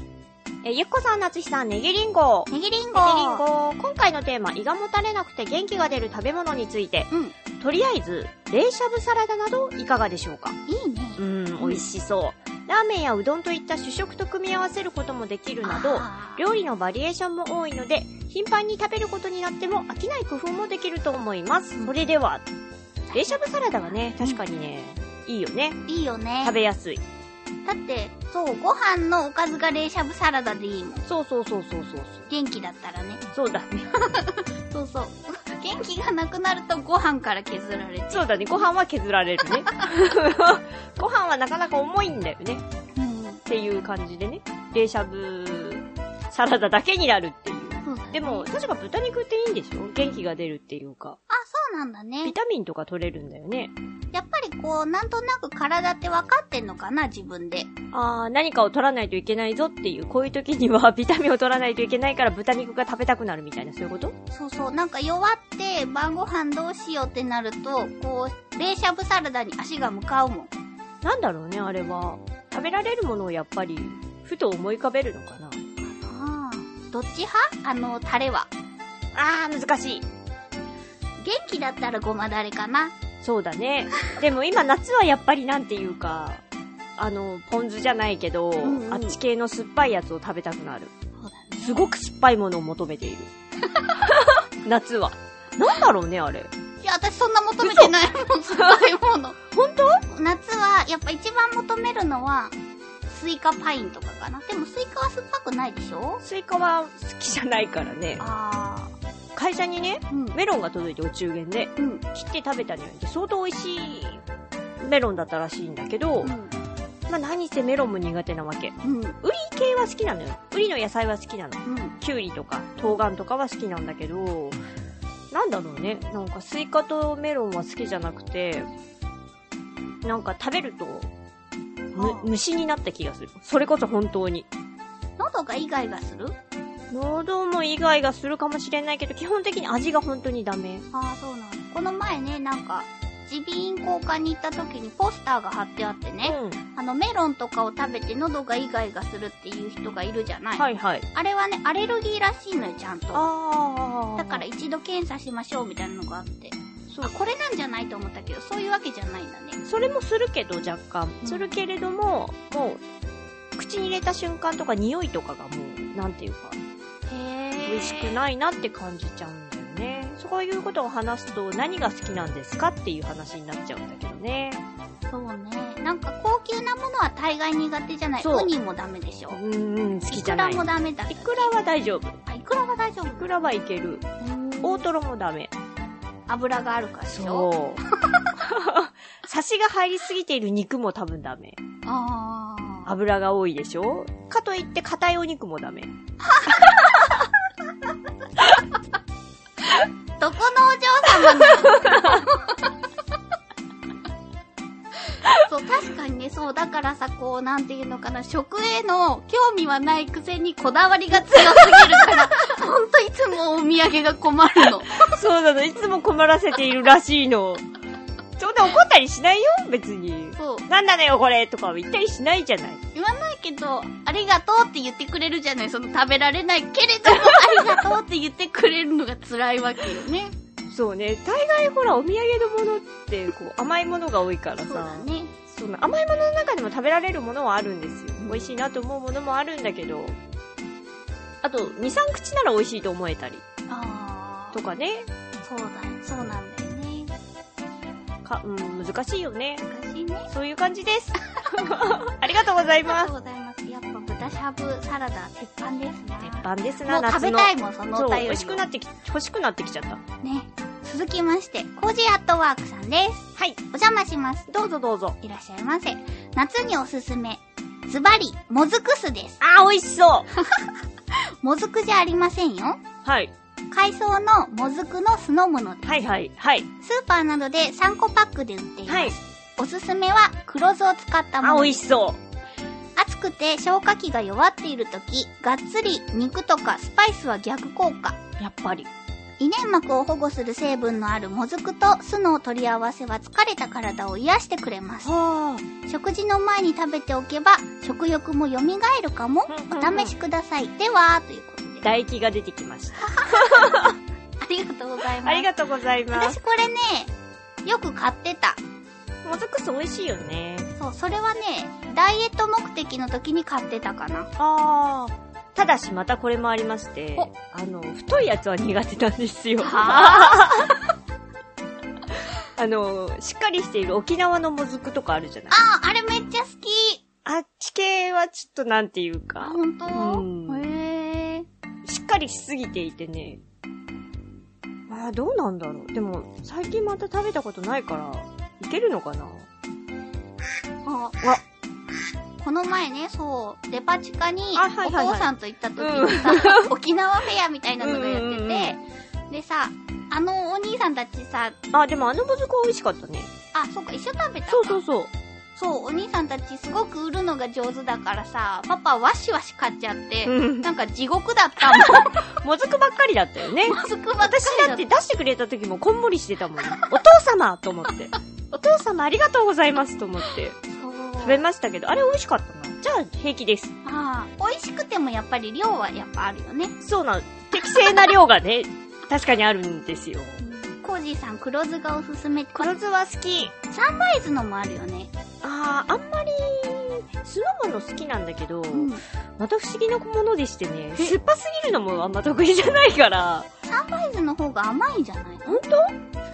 え、ゆっこさん、夏日さん、ネギリンゴ。ネギリンゴ。ネギリンゴ。今回のテーマ、胃がもたれなくて元気が出る食べ物について、うん。とりあえず、冷しゃぶサラダなどいかがでしょうかいいね。うん、美味しそう。ラーメンやうどんといった主食と組み合わせることもできるなど、あー料理のバリエーションも多いので、頻繁に食べることになっても飽きない工夫もできると思いまうす。んそれでは、冷しゃぶサラダがね、確かにね、いいよね。いいよね。食べやすい。だって、そう、ご飯のおかずが冷しゃぶサラダでいいもん。そうそうそうそうそうそう。元気だったらね。そうだね。 そうそう。 元気がなくなるとご飯から削られて。そうだね。ご飯は削られる ね。ご飯はなかなか重いんだよね。っうん。ていう感じでね。冷しゃぶサラダだけになるっていう。そうだねでも、あ、確か豚肉っていいんでしょ元気が出るっていうか。そうなんだビね。タミンとか取れるんだよね。やっぱりこう、なんとなく体って分かってんのかな、自分で。あー、何かを取らないといけないぞっていう、こういう時にはビタミンを取らないといけないから豚肉が食べたくなるみたいな、そういうことそうそう。なんか弱って、晩ご飯どうしようってなると、こう、冷しゃぶサラダに足が向かうもん。なんだろうね、あれは。食べられるものをやっぱり、ふと思い浮かべるのかな。あーどっち派あの、タレは。あー、難しい。元気だったらごまだれかな。そうだね。でも今夏はやっぱりなんていうか、あの、ポン酢じゃないけど、んうんあっち系の酸っぱいやつを食べたくなる。そうだねすごく酸っぱいものを求め ている。夏は。なんだろうね、あれ。いや、私そんな求めてないもん、酸っぱいもの。本当夏は、やっぱ一番求めるのは、スイカパインとかかな。でもスイカは酸っぱくないでしょスイカは好きじゃないからね。あ会社にね、ー。うん。メロンが届いてお中元で、うん。切って食べたによって相当美味しいメロンだったらしいんだけど、まあ何せメロンも苦手なわけ。うん。うん。ウリ系は好きなのよ。ウリの野菜は好きなの。うん。キュウリとか冬瓜とかは好きなんだけどなんだろうねなんかスイカとメロンは好きじゃなくてなんか食べるとむああ虫になった気がするそれこそ本当に喉がイガイガする喉も以外がするかもしれないけど基本的に味が本当にダメああ、そうなの。この前ね、なんか、耳鼻咽喉科に行った時にポスターが貼ってあってね、うんあの、メロンとかを食べて喉がイガイガするっていう人がいるじゃない、はいはいあれはね、アレルギーらしいのよ、ちゃんと。あだから一度検査しましょうみたいなのがあって。そうあ、これなんじゃないと思ったけど、そういうわけじゃないんだね。それもするけど若干うんするけれどももう口に入れた瞬間とか匂いとかがもうなんていうかへ美味しくいないなって感じちゃうんだよね。そういうことを話すと何が好きなんですかっていう話になっちゃうんだけどね。そうね。なんか高級なものは大概苦手じゃない。そうウニもダメでしょう。ーん、好きいじくゃならい。いもダメだ。くらは大丈夫。いあ、いくらは大丈夫。くらはいける。うーん大トロもダメ。油があるからでしょそう。 サシが入りすぎている肉も多分ダメ。ああ。油が多いでしょかといって硬いお肉もダメ。どこのお嬢様なのそう、確かにね、そう、だからさ、こう、なんていうのかな、食への興味はないくせにこだわりが強すぎるから、ほんといつもお土産が困るの。そうなの、いつも困らせているらしいの。そんな怒ったりしないよ、別に。そう、なんなのよ、これとか言ったりしないじゃない。言わないけど、ありがとうって言ってくれるじゃない、その食べられないけれども、ありがとうって言ってくれるのが辛いわけよね。そうね、大概ほら、お土産のものって、こう、甘いものが多いからそうださ。ね。そうな甘いものの中でも食べられるものはあるんですよ。美味しいなと思うものもあるんだけど、あと、2、3口なら美味しいと思えたりああ。とかね。そうだ、そうなんだよね。か、うん、難しいよね。難しいね。そういう感じ です。ありがとうござあいりがまとす。うございます。やっぱ豚しゃぶサラダ、鉄板ですね。鉄板ですもな、う食夏べの。たいもん、そのそおう、便り。美味しくなってき、欲しくなってきちゃった。ね。続きまして、コージーアットワークさんです。はい、お邪魔します。どうぞどうぞ。いらっしゃいませ。夏におすすめ。ズバリ、もずく酢です。あー、美味し そうもずくじゃありませんよ。はい。海藻のもずくの酢の物です。はいはい、はい。スーパーなどで3個パックで売っています。はい。おすすめは黒酢を使ったもあ、の美で味す。しそう。暑くて消化器が弱っている時、がっつり肉とかスパイスは逆効果。やっぱり。胃粘膜を保護する成分のあるもずくと酢の取り合わせは疲れた体を癒してくれますは食事の前に食べておけば食欲も蘇るかもお試しくださいではということで唾液が出てきました。ありがとうございますありがとうございます。私これねよく買ってたもずく酢美味しいよね。そうそれはねダイエット目的の時に買ってたか なああ。ただしまたこれもありましてお、あの、太いやつは苦手なんですよ。は あの、しっかりしている沖縄のもずくとかあるじゃないああれめっちゃ好きあっち系はちょっとなんていうあか、本当うんへえしっかりしすぎていてね。ああ、どうなんだろう。でも、最近また食べたことないから、いけるのかなあわこの前ね、そう、デパ地下に、あはいはいはいお父さんと行った時に さ、沖縄フェアみたいなのがやってて、うんうんでさ、あのお兄さんたちさ、あ、でもあのもずくは美味しかったね。あ、そうか、一緒食べたかそうそうそう。そうお兄さんたちすごく売るのが上手だからさ、パパワシワシ買っちゃって、うんなんか地獄だったも もずくばっかりだったよね。ん。マスクばっかり 私だだっってて出してくれた時もこんもりしてたもん。 お父様と思って。 お父様ありがとうございますと思って食べそうましたけど、あれ美味しかったな。じゃあ平気です。ああ美味しくてもやっぱり量はやっぱあるよね。そうなの。適正な量がね、確かにあるんですよ。コージーさん、黒酢がおすすめ。黒黒酢は好き。サイズのもあるよね。あー、あんまり、酢の物好きなんだけど、うん。また不思議なものでしてね、え酸っぱすぎるのもあんま得意じゃないから、サイズの方が甘いんじゃないのほんと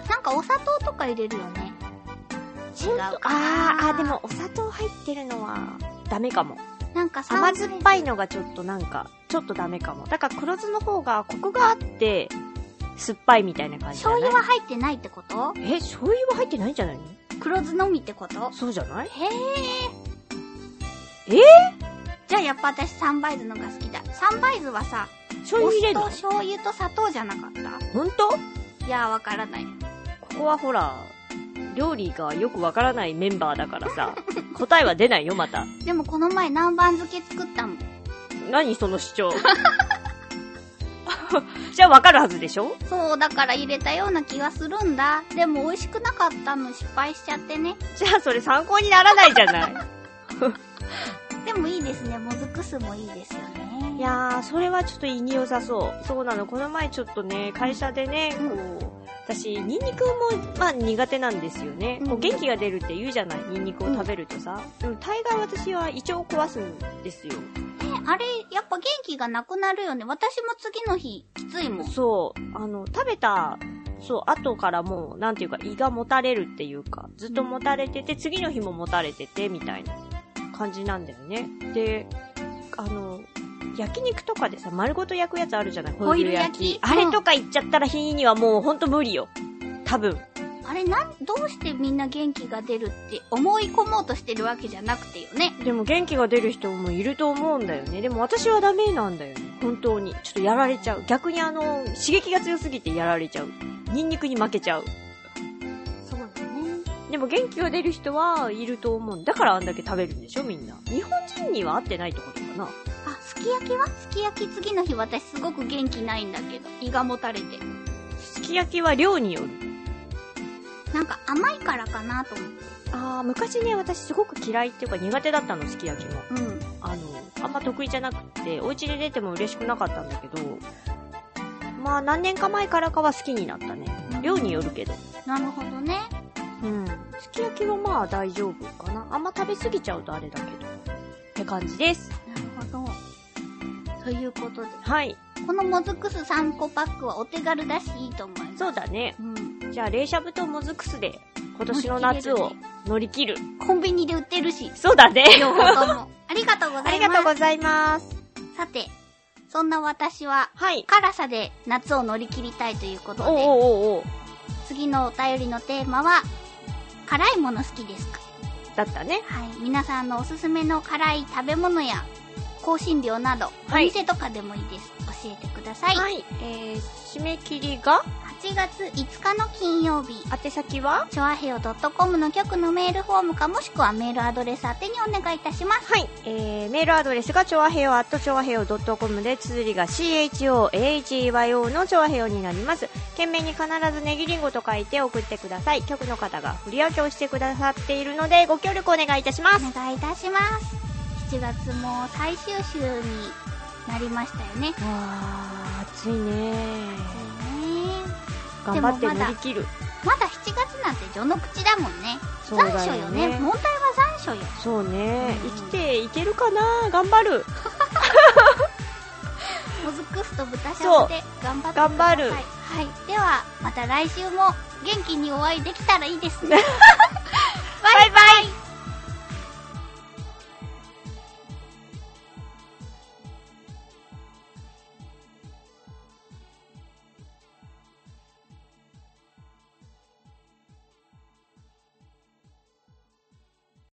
なんかお砂糖とか入れるよね。違うかあー、あーで。もお砂糖入ってるのは、ダメかも。なんかさ甘酸っぱいのがちょっとなんか、ちょっとダメかも。だから黒酢の方がコクがあって、酸っぱいみたいな感じじゃ醤ない油は入ってないってことえ、醤油は入ってないんじゃないの黒酢のみってことそうじゃないへええ。じゃあやっぱ私サンバイズのが好きだ。サンバイズはさ、醤お油酢入れるとの醤油と砂糖じゃなかったほんといやーわからない。ここはほら、料理がよくわからないメンバーだからさ、答えは出ないよ、また。でもこの前南蛮漬け作ったもん。何その主張。 じゃあわかるはずでしょそう、だから入れたような気がするんだ。でも美味しくなかったの失敗しちゃってね。じゃあそれ参考にならないじゃない。でもいいですね。もずく酢もいいですよね。いやー、それはちょっと胃に良さそう。そうなの、この前ちょっとね、会社でね、こう、私、ニンニクも、まあ苦手なんですよね。うんこう元気が出るって言うじゃない、ニンニクを食べるとさ。でも大概私は胃腸を壊すんですよ。あれ、やっぱ元気がなくなるよね。私も次の日、きついもん。そう、あの、食べた、そう、後からもう、なんていうか、胃がもたれるっていうか、ずっともたれてて、次の日ももたれてて、みたいな感じなんだよね。で、あの、焼肉とかでさ、丸ごと焼くやつあるじゃないホイル焼きあれとかいっちゃったら日にはもうほんと無理よ。多分。あれなん、どうしてみんな元気が出るって思い込もうとしてるわけじゃなくてよね。でも元気が出る人もいると思うんだよね。でも私はダメなんだよね。本当に。ちょっとやられちゃう。逆にあの、刺激が強すぎてやられちゃう。ニンニクに負けちゃう。そうだね。でも元気が出る人はいると思うんだからあんだけ食べるんでしょみんな。日本人には合ってないってことかな。あ、すき焼きはすき焼き次の日私すごく元気ないんだけど、胃がもたれて。すき焼きは量による。なんか甘いからかなと思って。あー、昔ね、私すごく嫌いっていうか苦手だったの、すき焼きも。うん。あの、あんま得意じゃなくって、お家で出ても嬉しくなかったんだけど、まあ何年か前からかは好きになったね。量によるけど。なるほどね。うん。すき焼きはまあ大丈夫かな。あんま食べ過ぎちゃうとあれだけど。って感じです。なるほど。ということで、はい。このもずく酢3個パックはお手軽だしいいと思います。そうだね。うん。じゃあ、冷しゃぶともずくすで、今年の夏を乗り切る。コンビニで売ってるし、そうだね。両方とも。ありがとうご あざりいまがとうす。ございます。さて、そんな私は、はい。辛さで夏を乗り切りたいというこおとうで、おうおうおう次のお便りのテーマは、辛いもの好きですかだったね。はい。皆さんのおすすめの辛い食べ物や、香辛料など、おはい店とかでもいいです。教えてください。はい。えー、締め切りが8月5日の金曜日、宛先はチョアヘオ .com の局のメールフォームかもしくはメールアドレス宛てにお願いいたします。はい。えー、メールアドレスが、ちょわへよ、アットちょわへよ .com で、綴りが CHOAHEYO のちょわへよになります。懸命に必ずネギリンゴと書いて送ってください。局の方が振り分けをしてくださっているので、ご協力お願いいたしまおす。願いいたします。7月も最終週になりましたよね。わー、暑いねそうね頑張ってでもまだ乗り切る。まだ7月なんて序の口だもんね。そう残だ暑よね。問題は残暑よ。そうね、うん生きていけるかな頑張るもずく酢と豚しゃぶで頑張ってください。頑張るはい。では、また来週も元気にお会いできたらいいですね。バイバイ